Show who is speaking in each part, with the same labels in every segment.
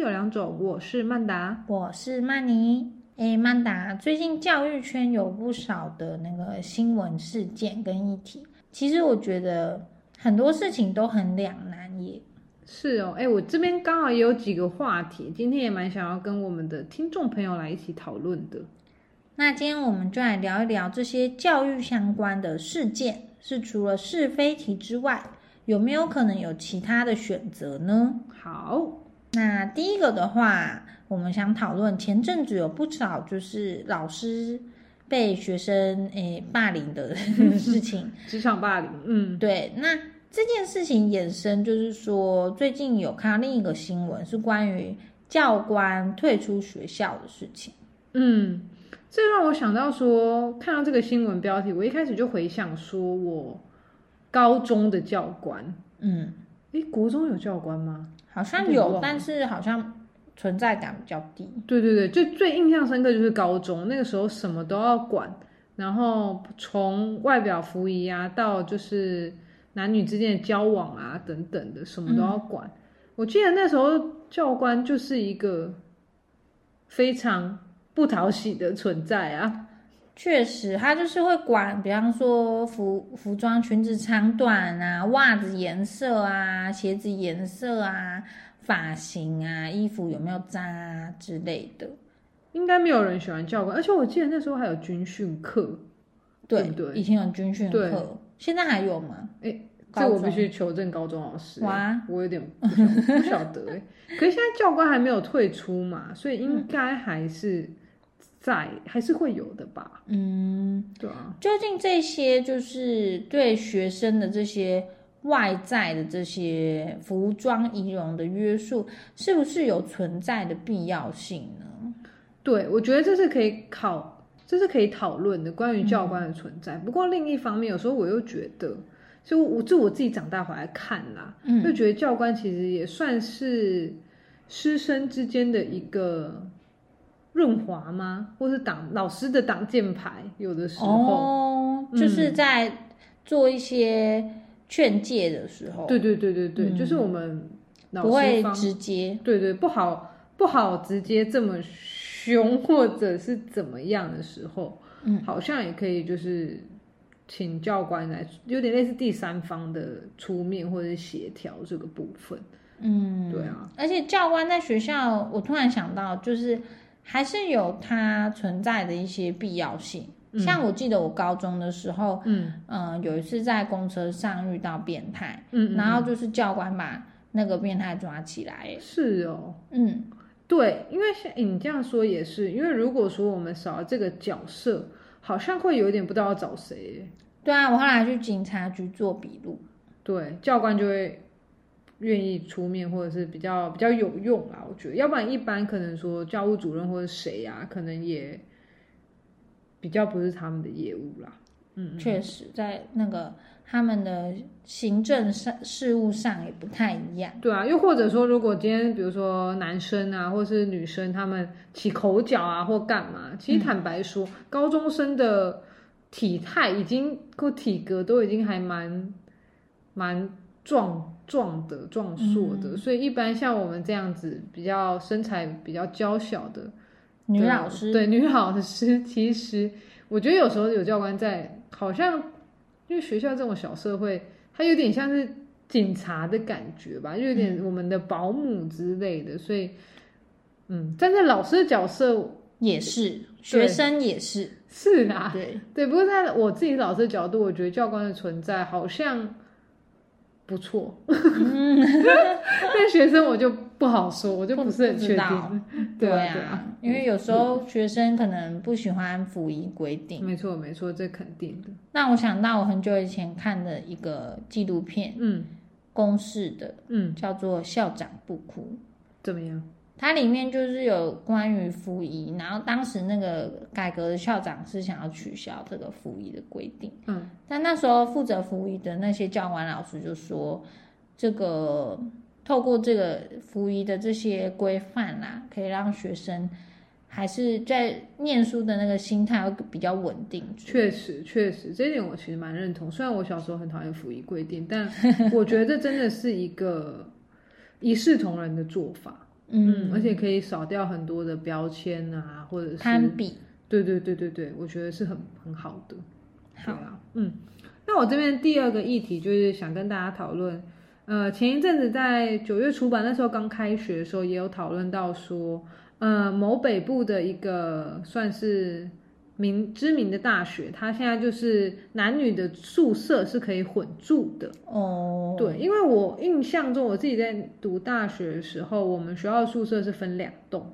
Speaker 1: 有两种，我是曼达。
Speaker 2: 我是曼妮。诶，曼达，最近教育圈有不少的那个新闻事件跟议题，其实我觉得很多事情都很两难耶。
Speaker 1: 是哦，哎，我这边刚好也有几个话题，今天也蛮想要跟我们的听众朋友来一起讨论的。
Speaker 2: 那今天我们就来聊一聊这些教育相关的事件，是除了是非题之外，有没有可能有其他的选择呢？
Speaker 1: 好，
Speaker 2: 那第一个的话，我们想讨论前阵子有不少就是老师被学生诶霸凌的事情。
Speaker 1: 职场霸凌，嗯，
Speaker 2: 对，那这件事情衍生就是说，最近有看到另一个新闻是关于教官退出学校的事情。
Speaker 1: 嗯，这让我想到说，看到这个新闻标题，我一开始就回想说我高中的教官，
Speaker 2: 嗯，
Speaker 1: 诶，国中有教官吗？
Speaker 2: 好像
Speaker 1: 有点忘
Speaker 2: 有
Speaker 1: 了，
Speaker 2: 但是好像存在感比较低。
Speaker 1: 对对对，就最印象深刻就是高中那个时候什么都要管，然后从外表服仪啊，到就是男女之间的交往啊等等的，什么都
Speaker 2: 嗯
Speaker 1: 要管。我记得那时候教官就是一个非常不讨喜的存在啊。
Speaker 2: 确实，他就是会管，比方说服服装裙子长短啊、袜子颜色啊、鞋子颜色啊、发型啊、衣服有没有脏啊之类的。
Speaker 1: 应该没有人喜欢教官，而且我记得那时候还有军训课，
Speaker 2: 对，
Speaker 1: 对不对
Speaker 2: 以前有军训
Speaker 1: 对
Speaker 2: 课，现在还有吗？
Speaker 1: 这我
Speaker 2: 高中
Speaker 1: 必须求证高中老师。
Speaker 2: 哇，
Speaker 1: 我有点不晓不晓得 哎、可是现在教官还没有退出嘛，所以应该还是在，还是会有的吧？
Speaker 2: 嗯，
Speaker 1: 对啊，
Speaker 2: 究竟这些就是对学生的这些外在的这些服装仪容的约束，是不是有存在的必要性呢？
Speaker 1: 对，我觉得这是可以考，这是可以讨论的，关于教官的存在。
Speaker 2: 嗯
Speaker 1: 不过另一方面，有时候我又觉得，就我就我自己长大回来看啦，就
Speaker 2: 嗯
Speaker 1: 觉得教官其实也算是师生之间的一个。润滑吗？或是挡老师的挡箭牌？有的时候，
Speaker 2: 哦，就是
Speaker 1: 嗯
Speaker 2: 在做一些劝诫的时候，
Speaker 1: 对，对对对对，就是我们老
Speaker 2: 嗯不会
Speaker 1: 师方，
Speaker 2: 直接，
Speaker 1: 对对，不好不好直接这么凶或者是怎么样的时候，
Speaker 2: 嗯，
Speaker 1: 好像也可以就是请教官来，有点类似第三方的出面或者协调这个部分。
Speaker 2: 嗯，
Speaker 1: 对啊。
Speaker 2: 而且教官在学校，我突然想到，就是还是有它存在的一些必要性。
Speaker 1: 嗯
Speaker 2: 像我记得我高中的时候，
Speaker 1: 嗯
Speaker 2: 嗯、有一次在公车上遇到变态，
Speaker 1: 嗯，嗯
Speaker 2: 然后
Speaker 1: 嗯
Speaker 2: 就是教官把那个变态抓起来。
Speaker 1: 是哦。
Speaker 2: 嗯，
Speaker 1: 对，因为像诶你这样说也是，因为如果说我们少了这个角色，好像会有点不知道要找谁耶。
Speaker 2: 对啊，我后来去警察局做笔录。
Speaker 1: 对，教官就会愿意出面，或者是比较比较有用啦。我觉得，要不然一般可能说教务主任或者谁啊，可能也比较不是他们的业务啦。嗯，嗯
Speaker 2: 确实，在那个他们的行政上事务上也不太一样。
Speaker 1: 对啊，又或者说，如果今天比如说男生啊，或是女生，他们起口角啊，或干嘛，其实坦白说，高中生的体态已经或体格都已经还蛮蛮壮壮的、壮硕的，所以一般像我们这样子比较身材比较娇小的
Speaker 2: 女
Speaker 1: 的
Speaker 2: 老师，
Speaker 1: 对女老师，其实我觉得有时候有教官在，好像因为学校这种小社会，它有点像是警察的感觉吧，就有点
Speaker 2: 嗯
Speaker 1: 我们的保姆之类的，所以，嗯，站在老师的角色
Speaker 2: 也是学生也是，
Speaker 1: 是啦，
Speaker 2: 对，
Speaker 1: 对，不过在我自己老师的角度，我觉得教官的存在好像不错， 但学生我就不好说，我就
Speaker 2: 嗯不
Speaker 1: 不是很
Speaker 2: 不知
Speaker 1: 确
Speaker 2: 道
Speaker 1: 定， 对
Speaker 2: 对
Speaker 1: 啊，对啊。
Speaker 2: 因为有时候学生可能不喜欢服仪规定。
Speaker 1: 没错，没错，这肯定的。
Speaker 2: 让我想到我很久以前看的一个纪录片，
Speaker 1: 嗯
Speaker 2: 公式的
Speaker 1: 嗯，
Speaker 2: 叫做《校长不哭》。
Speaker 1: 怎么样？
Speaker 2: 它里面就是有关于服役，然后当时那个改革的校长是想要取消这个服役的规定，
Speaker 1: 嗯，
Speaker 2: 但那时候负责服役的那些教官老师就说，这个透过这个服役的这些规范啦，可以让学生还是在念书的那个心态会比较稳定。
Speaker 1: 确实，确实，这一点我其实蛮认同。虽然我小时候很讨厌服役规定，但我觉得这真的是一个一视同仁的做法。嗯，而且可以少掉很多的标签啊，或者是
Speaker 2: 攀比，
Speaker 1: 对对对对对，我觉得是很很好的。对
Speaker 2: 好
Speaker 1: 啊，嗯，那我这边第二个议题就是想跟大家讨论，呃，前一阵子在九月出版那时候刚开学的时候，也有讨论到说，呃，某北部的一个算是名知名的大学，它现在就是男女的宿舍是可以混住的。
Speaker 2: 哦，
Speaker 1: 对，因为我印象中我自己在读大学的时候，我们学校宿舍是分两栋，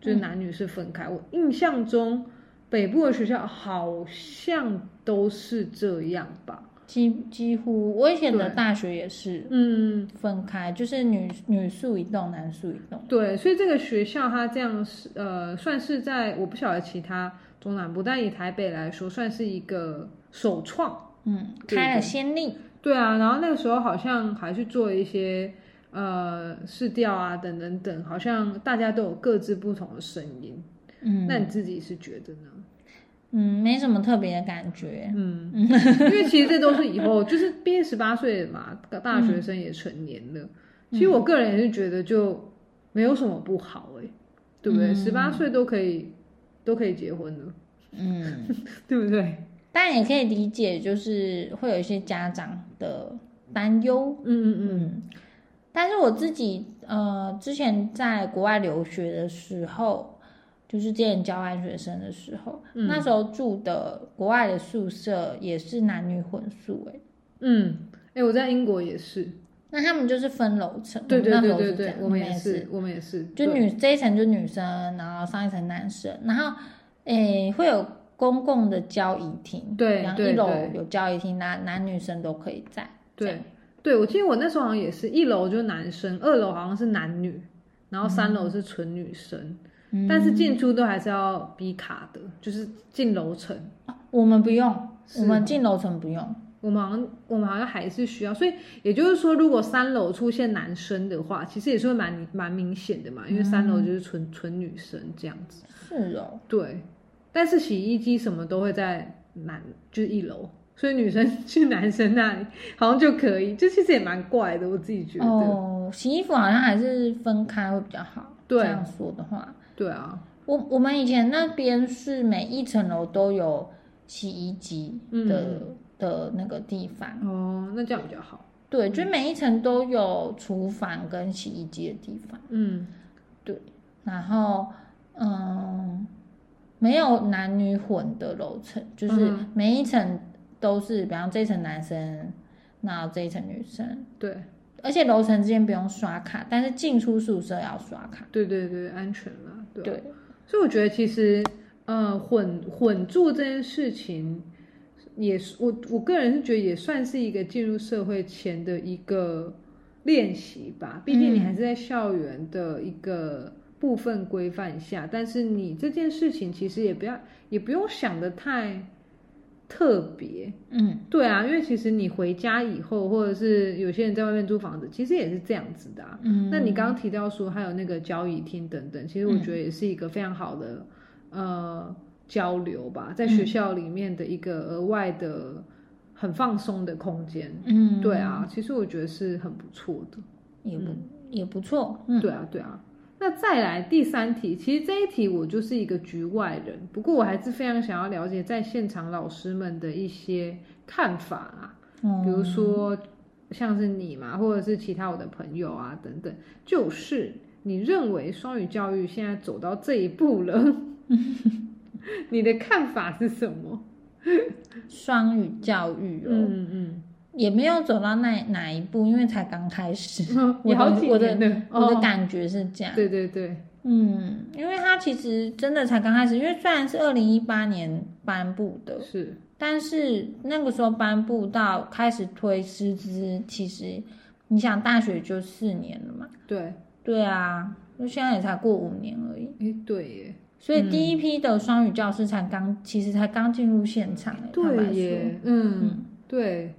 Speaker 1: 就是男女是分开。我印象中北部的学校好像都是这样吧？
Speaker 2: 几几乎我以前的
Speaker 1: 对
Speaker 2: 大学也是
Speaker 1: 嗯，
Speaker 2: 分开，就是女女宿一栋，男宿一栋。
Speaker 1: 对，所以这个学校它这样是呃，算是在我不晓得其他中南部，但以台北来说，算是一个首创。
Speaker 2: 嗯，
Speaker 1: 对
Speaker 2: 开了
Speaker 1: 对
Speaker 2: 先例，
Speaker 1: 对啊，然后那个时候好像还去做一些呃试调啊，等等等，好像大家都有各自不同的声音。
Speaker 2: 嗯
Speaker 1: 那你自己是觉得呢？
Speaker 2: 嗯，没什么特别的感觉。
Speaker 1: 嗯，因为其实这都是以后，就是毕竟十八岁了嘛，
Speaker 2: 嗯
Speaker 1: 大学生也成年了。其实我个人也是觉得就没有什么不好哎、对不对？
Speaker 2: 嗯
Speaker 1: 十八岁都可以都可以结婚了，
Speaker 2: 嗯，
Speaker 1: 对不对？
Speaker 2: 但也可以理解，就是会有一些家长的担忧。
Speaker 1: 嗯嗯嗯
Speaker 2: 嗯，但是我自己呃，之前在国外留学的时候，就是之前交换学生的时候，
Speaker 1: 嗯
Speaker 2: 那时候住的国外的宿舍也是男女混宿、欸，
Speaker 1: 嗯，哎、我在英国也是，
Speaker 2: 那他们就是分楼层，
Speaker 1: 对对
Speaker 2: 我
Speaker 1: 对
Speaker 2: 嗯们那时候
Speaker 1: 对
Speaker 2: 是这
Speaker 1: 对
Speaker 2: 样，
Speaker 1: 我们
Speaker 2: 也
Speaker 1: 也是，我们也是，
Speaker 2: 就
Speaker 1: 对
Speaker 2: 女这一层就女生，然后上一层男生，然后诶、会有公共的交易厅，
Speaker 1: 对
Speaker 2: 然后
Speaker 1: 对
Speaker 2: 一楼
Speaker 1: 对
Speaker 2: 有交易厅，男男女生都可以在，这
Speaker 1: 对
Speaker 2: 样
Speaker 1: 对，我记得我那时候好像也是一楼就是男生，二楼好像是男女，然后三
Speaker 2: 嗯
Speaker 1: 楼是纯女生，但是进出都还是要逼卡的，就是进楼层。
Speaker 2: 我们不用，
Speaker 1: 是
Speaker 2: 我们进楼层不用，
Speaker 1: 我们好像我们好像还是需要，所以也就是说，如果三楼出现男生的话，其实也是会蛮蛮明显的嘛，因为三楼就是纯纯女生这样子。
Speaker 2: 是哦。
Speaker 1: 对，但是洗衣机什么都会在男就是一楼，所以女生去男生那里好像就可以，这其实也蛮怪的，我自己觉得。
Speaker 2: 哦，洗衣服好像还是分开会比较好。
Speaker 1: 对
Speaker 2: 这样说的话，
Speaker 1: 对啊，
Speaker 2: 我我们以前那边是每一层楼都有洗衣机的、
Speaker 1: 嗯
Speaker 2: 的那个地方，
Speaker 1: 哦，那这样比较好。
Speaker 2: 对，就每一层都有厨房跟洗衣机的地方。
Speaker 1: 嗯，
Speaker 2: 然后，嗯，没有男女混的楼层，就是
Speaker 1: 嗯
Speaker 2: 每一层都是，比方这一层男生，然后这一层女生，
Speaker 1: 对
Speaker 2: 而且楼层之间不用刷卡，但是进出宿舍要刷卡。
Speaker 1: 对对对，安全啦，对啊
Speaker 2: 对，
Speaker 1: 所以我觉得其实，呃，混混住这件事情，也是我我个人是觉得也算是一个进入社会前的一个练习吧。毕竟你还是在校园的一个部分规范下，但是你这件事情其实也不要也不用想的太特别。
Speaker 2: 嗯。
Speaker 1: 对啊，因为其实你回家以后，或者是有些人在外面租房子，其实也是这样子的啊。
Speaker 2: 嗯，嗯
Speaker 1: 那你刚刚提到说还有那个交易厅等等，其实我觉得也是一个非常好的、呃交流吧，在
Speaker 2: 嗯
Speaker 1: 学校里面的一个额外的很放松的空间。
Speaker 2: 嗯，
Speaker 1: 对，啊，其实我觉得是很不错的。
Speaker 2: 也不、
Speaker 1: 嗯
Speaker 2: 也不错，嗯，
Speaker 1: 对啊，对啊。那再来第三题，其实这一题我就是一个局外人，不过我还是非常想要了解在现场老师们的一些看法啊。
Speaker 2: 嗯，
Speaker 1: 比如说像是你嘛，或者是其他我的朋友啊等等，就是你认为双语教育现在走到这一步了，你的看法是什么？
Speaker 2: 双语教育哦，
Speaker 1: 嗯
Speaker 2: 也没有走到那哪一步，因为才刚开始。
Speaker 1: 嗯，
Speaker 2: 我
Speaker 1: 也好
Speaker 2: 的
Speaker 1: 几
Speaker 2: 我的
Speaker 1: 年了，
Speaker 2: 我的
Speaker 1: 哦
Speaker 2: 感觉是这样，
Speaker 1: 对对对，
Speaker 2: 嗯，因为它其实真的才刚开始，因为虽然是二零一八年颁布的，
Speaker 1: 是，
Speaker 2: 但是那个时候颁布到开始推师资，其实你想大学就四年了嘛，
Speaker 1: 对，
Speaker 2: 对啊，就现在也才过五年而已，
Speaker 1: 哎，对耶，
Speaker 2: 所以第一批的双语教师才刚，其实才刚进入现场、欸，坦白
Speaker 1: 对
Speaker 2: 说，
Speaker 1: 耶，嗯
Speaker 2: 嗯，
Speaker 1: 对，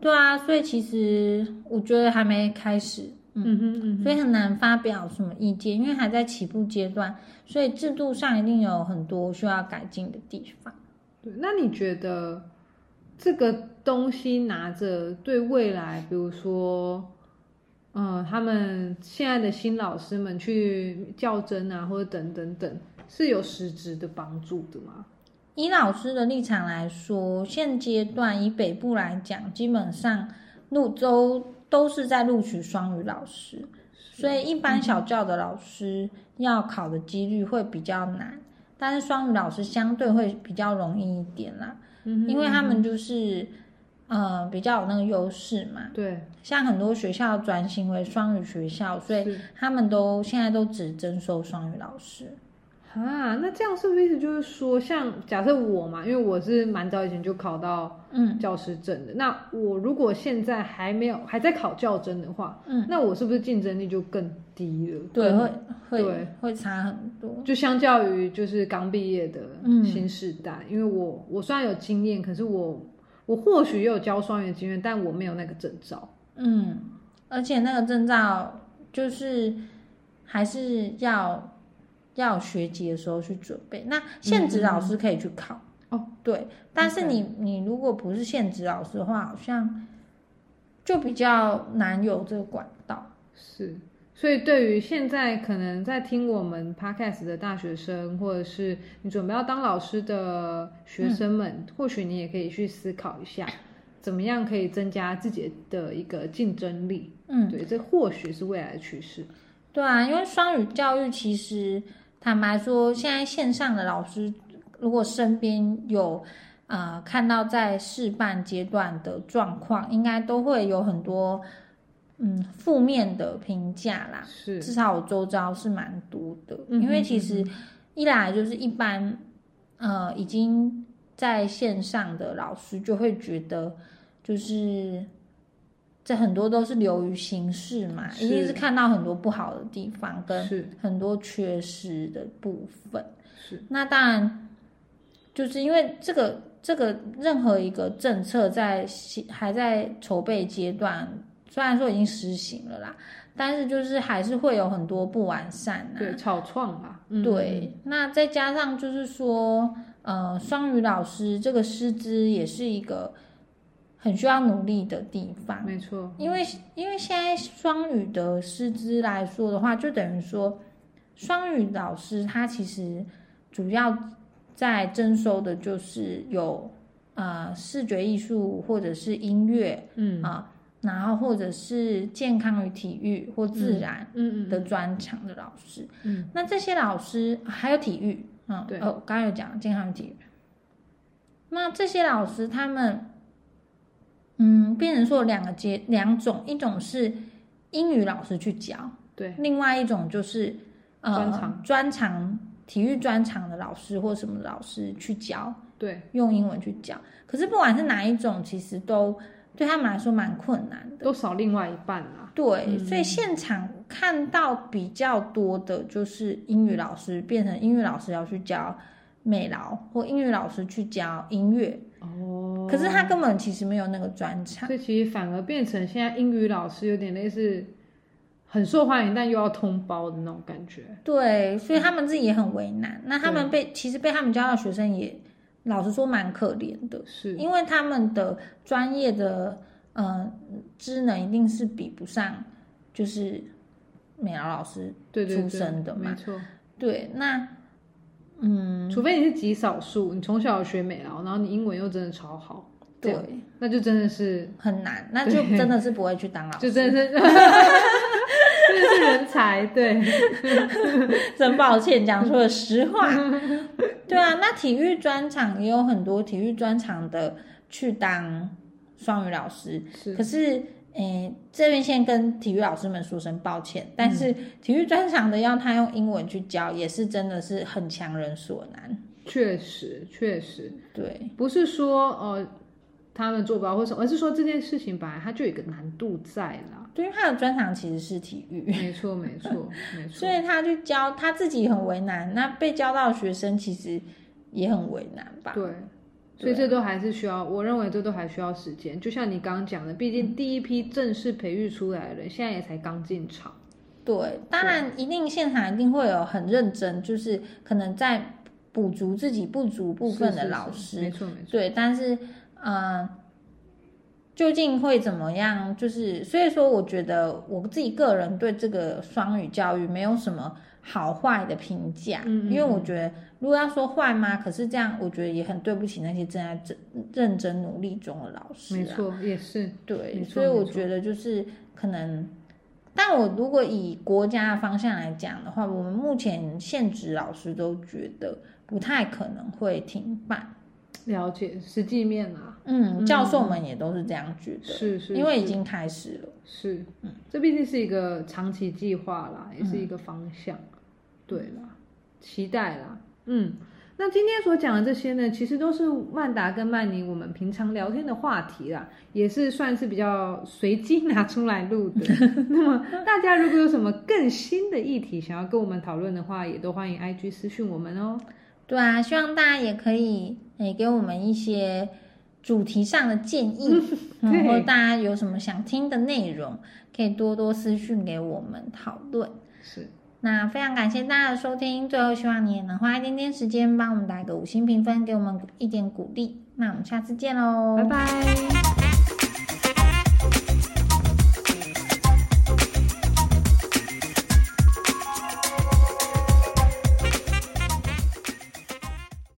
Speaker 2: 对啊，所以其实我觉得还没开始，
Speaker 1: 嗯哼嗯哼，
Speaker 2: 所以很难发表什么意见，因为还在起步阶段，所以制度上一定有很多需要改进的地方。
Speaker 1: 对，那你觉得这个东西拿着对未来，比如说呃，他们现在的新老师们去较真啊，或者等等等，是有实质的帮助的吗？
Speaker 2: 以老师的立场来说，现阶段以北部来讲，基本上录州都是在录取双语老师，所以一
Speaker 1: 嗯
Speaker 2: 般小教的老师要考的几率会比较难，但是双语老师相对会比较容易一点啦，
Speaker 1: 嗯哼
Speaker 2: 因为他
Speaker 1: 嗯
Speaker 2: 们就是呃比较有那个优势嘛
Speaker 1: 哼。对，
Speaker 2: 像很多学校转型为双语学校，所以
Speaker 1: 是
Speaker 2: 他们都现在都只征收双语老师。
Speaker 1: 啊，那这样是不是意思就是说，像假设我嘛，因为我是蛮早以前就考到
Speaker 2: 嗯
Speaker 1: 教师证的，那我如果现在还没有还在考教真的话，
Speaker 2: 嗯，
Speaker 1: 那我是不是竞争力就更低了？
Speaker 2: 对，
Speaker 1: 更
Speaker 2: 会会
Speaker 1: 对
Speaker 2: 会差很多。
Speaker 1: 就相较于就是刚毕业的
Speaker 2: 嗯
Speaker 1: 新时代，因为我我虽然有经验，可是我我或许也有教双语的经验，但我没有那个证照。
Speaker 2: 嗯，而且那个证照就是还是要要学籍的时候去准备。那现职老师可以去考、
Speaker 1: 哦，
Speaker 2: 对。但是你你如果不是现职老师的话，好像就比较难有这个管道。
Speaker 1: 是，所以对于现在可能在听我们 podcast 的大学生，或者是你准备要当老师的学
Speaker 2: 嗯
Speaker 1: 生们，或许你也可以去思考一下，怎么样可以增加自己的一个竞争力。
Speaker 2: 嗯，
Speaker 1: 对，这或许是未来的趋势。
Speaker 2: 对啊，因为双语教育其实坦白说，现在线上的老师如果身边有呃看到在试办阶段的状况，应该都会有很多嗯负面的评价啦。
Speaker 1: 是，
Speaker 2: 至少我周遭是蛮多的，
Speaker 1: 嗯哼
Speaker 2: 因为其实一来就是一般呃已经在线上的老师就会觉得就是。这很多都是流于形式嘛，
Speaker 1: 是
Speaker 2: 一定是看到很多不好的地方跟
Speaker 1: 是
Speaker 2: 很多缺失的部分。
Speaker 1: 是，
Speaker 2: 那当然，就是因为这个这个任何一个政策在行还在筹备阶段，虽然说已经实行了啦，但是就是还是会有很多不完善啊。
Speaker 1: 对，草创啦。嗯
Speaker 2: 对，那再加上就是说，呃，双语老师这个师资也是一个很需要努力的地方。
Speaker 1: 没错，
Speaker 2: 因为因为现在双语的师资来说的话，就等于说双语老师他其实主要在征收的就是有呃视觉艺术或者是音乐
Speaker 1: 嗯
Speaker 2: 啊、然后或者是健康与体育或自然
Speaker 1: 嗯嗯
Speaker 2: 的专长的老师。
Speaker 1: 嗯，
Speaker 2: 那这些老师啊还有体育，嗯，
Speaker 1: 对
Speaker 2: 呃，我刚刚有讲健康体育。那这些老师他们，嗯，变成说有两个阶两种，一种是英语老师去教，
Speaker 1: 对，
Speaker 2: 另外一种就是呃
Speaker 1: 专长
Speaker 2: 专长体育专长的老师或什么老师去教，
Speaker 1: 对，
Speaker 2: 用英文去教。可是不管是哪一种，其实都对他们来说蛮困难的。
Speaker 1: 都少另外一半啦。
Speaker 2: 对，
Speaker 1: 嗯
Speaker 2: 所以现场看到比较多的就是英语老师变成英语老师要去教美劳，或英语老师去教音乐，
Speaker 1: 哦，
Speaker 2: 可是他根本其实没有那个专长。
Speaker 1: 所以其实反而变成现在英语老师有点类似很受欢迎，但又要通包的那种感觉。
Speaker 2: 对，所以他们自己也很为难。那他们
Speaker 1: 对
Speaker 2: 被其实被他们教的学生也，老实说蛮可怜的，
Speaker 1: 是，
Speaker 2: 因为他们的专业的呃知能一定是比不上就是美劳老师。
Speaker 1: 对对
Speaker 2: 出
Speaker 1: 对
Speaker 2: 身的，嘛
Speaker 1: 没错。
Speaker 2: 对，那嗯，
Speaker 1: 除非你是极少数，你从小有学美劳，然后你英文又真的超好，这
Speaker 2: 对
Speaker 1: 样。那就真的是，
Speaker 2: 很难，那就真的是不会去当老师，
Speaker 1: 就真 的是，真的是人才。对，
Speaker 2: 真抱歉讲出了实 话。对啊，那体育专场也有很多体育专场的去当双语老师，
Speaker 1: 是
Speaker 2: 可是诶、这边先跟体育老师们说声抱歉，但是
Speaker 1: 嗯
Speaker 2: 体育专场的要他用英文去教，也是真的是很强人所难。
Speaker 1: 确实确实，
Speaker 2: 对，
Speaker 1: 不是说呃他们做不到或什么，而是说这件事情本来它就有一个难度在啦。
Speaker 2: 对，因为他的专场其实是体育，
Speaker 1: 没错没错没错
Speaker 2: 所，以他去教他自己很为难，那被教到的学生其实也很为难吧？
Speaker 1: 对，所以这都还是需要，我认为这都还需要时间。就像你刚刚讲的，毕
Speaker 2: 嗯
Speaker 1: 竟第一批正式培育出来的人，现在也才刚进场。
Speaker 2: 对，当然一定现场一定会有很认真，就是可能在补足自己不足部分
Speaker 1: 是
Speaker 2: 的
Speaker 1: 是
Speaker 2: 老
Speaker 1: 是
Speaker 2: 师。
Speaker 1: 没错没错，
Speaker 2: 对，但是嗯、呃究竟会怎么样？就是所以说，我觉得我自己个人对这个双语教育没有什么好坏的评价，
Speaker 1: 嗯嗯
Speaker 2: 因为我觉得如果要说坏吗？可是这样我觉得也很对不起那些正在认认真努力中的老师、啊。
Speaker 1: 没错，也是，
Speaker 2: 对，
Speaker 1: 没错
Speaker 2: 所以我
Speaker 1: 没错
Speaker 2: 觉得就是可能，但我如果以国家的方向来讲的话，我们目前现职老师都觉得不太可能会停办。
Speaker 1: 了解实际面啊，
Speaker 2: 嗯，
Speaker 1: 嗯
Speaker 2: 教授们也都是这样觉得，
Speaker 1: 是是，
Speaker 2: 因为已
Speaker 1: 是
Speaker 2: 经开始了。
Speaker 1: 是
Speaker 2: 嗯，
Speaker 1: 这毕竟是一个长期计划啦，也是一个方向，对啦，期待啦，嗯。那今天所讲的这些呢，其实都是曼达跟曼宁我们平常聊天的话题啦，也是算是比较随机拿出来录 的。那么大家如果有什么更新的议题想要跟我们讨论的话，也都欢迎 IG 私讯我们哦。
Speaker 2: 对啊，希望大家也可以诶、给我们一些主题上的建议，
Speaker 1: 嗯
Speaker 2: 嗯，
Speaker 1: 对
Speaker 2: 或者大家有什么想听的内容，可以多多私讯给我们讨论。
Speaker 1: 是，
Speaker 2: 那非常感谢大家的收听，最后希望你也能花一点点时间帮我们打一个五星评分，给我们一点鼓励。那我们下次见喽，
Speaker 1: 拜拜。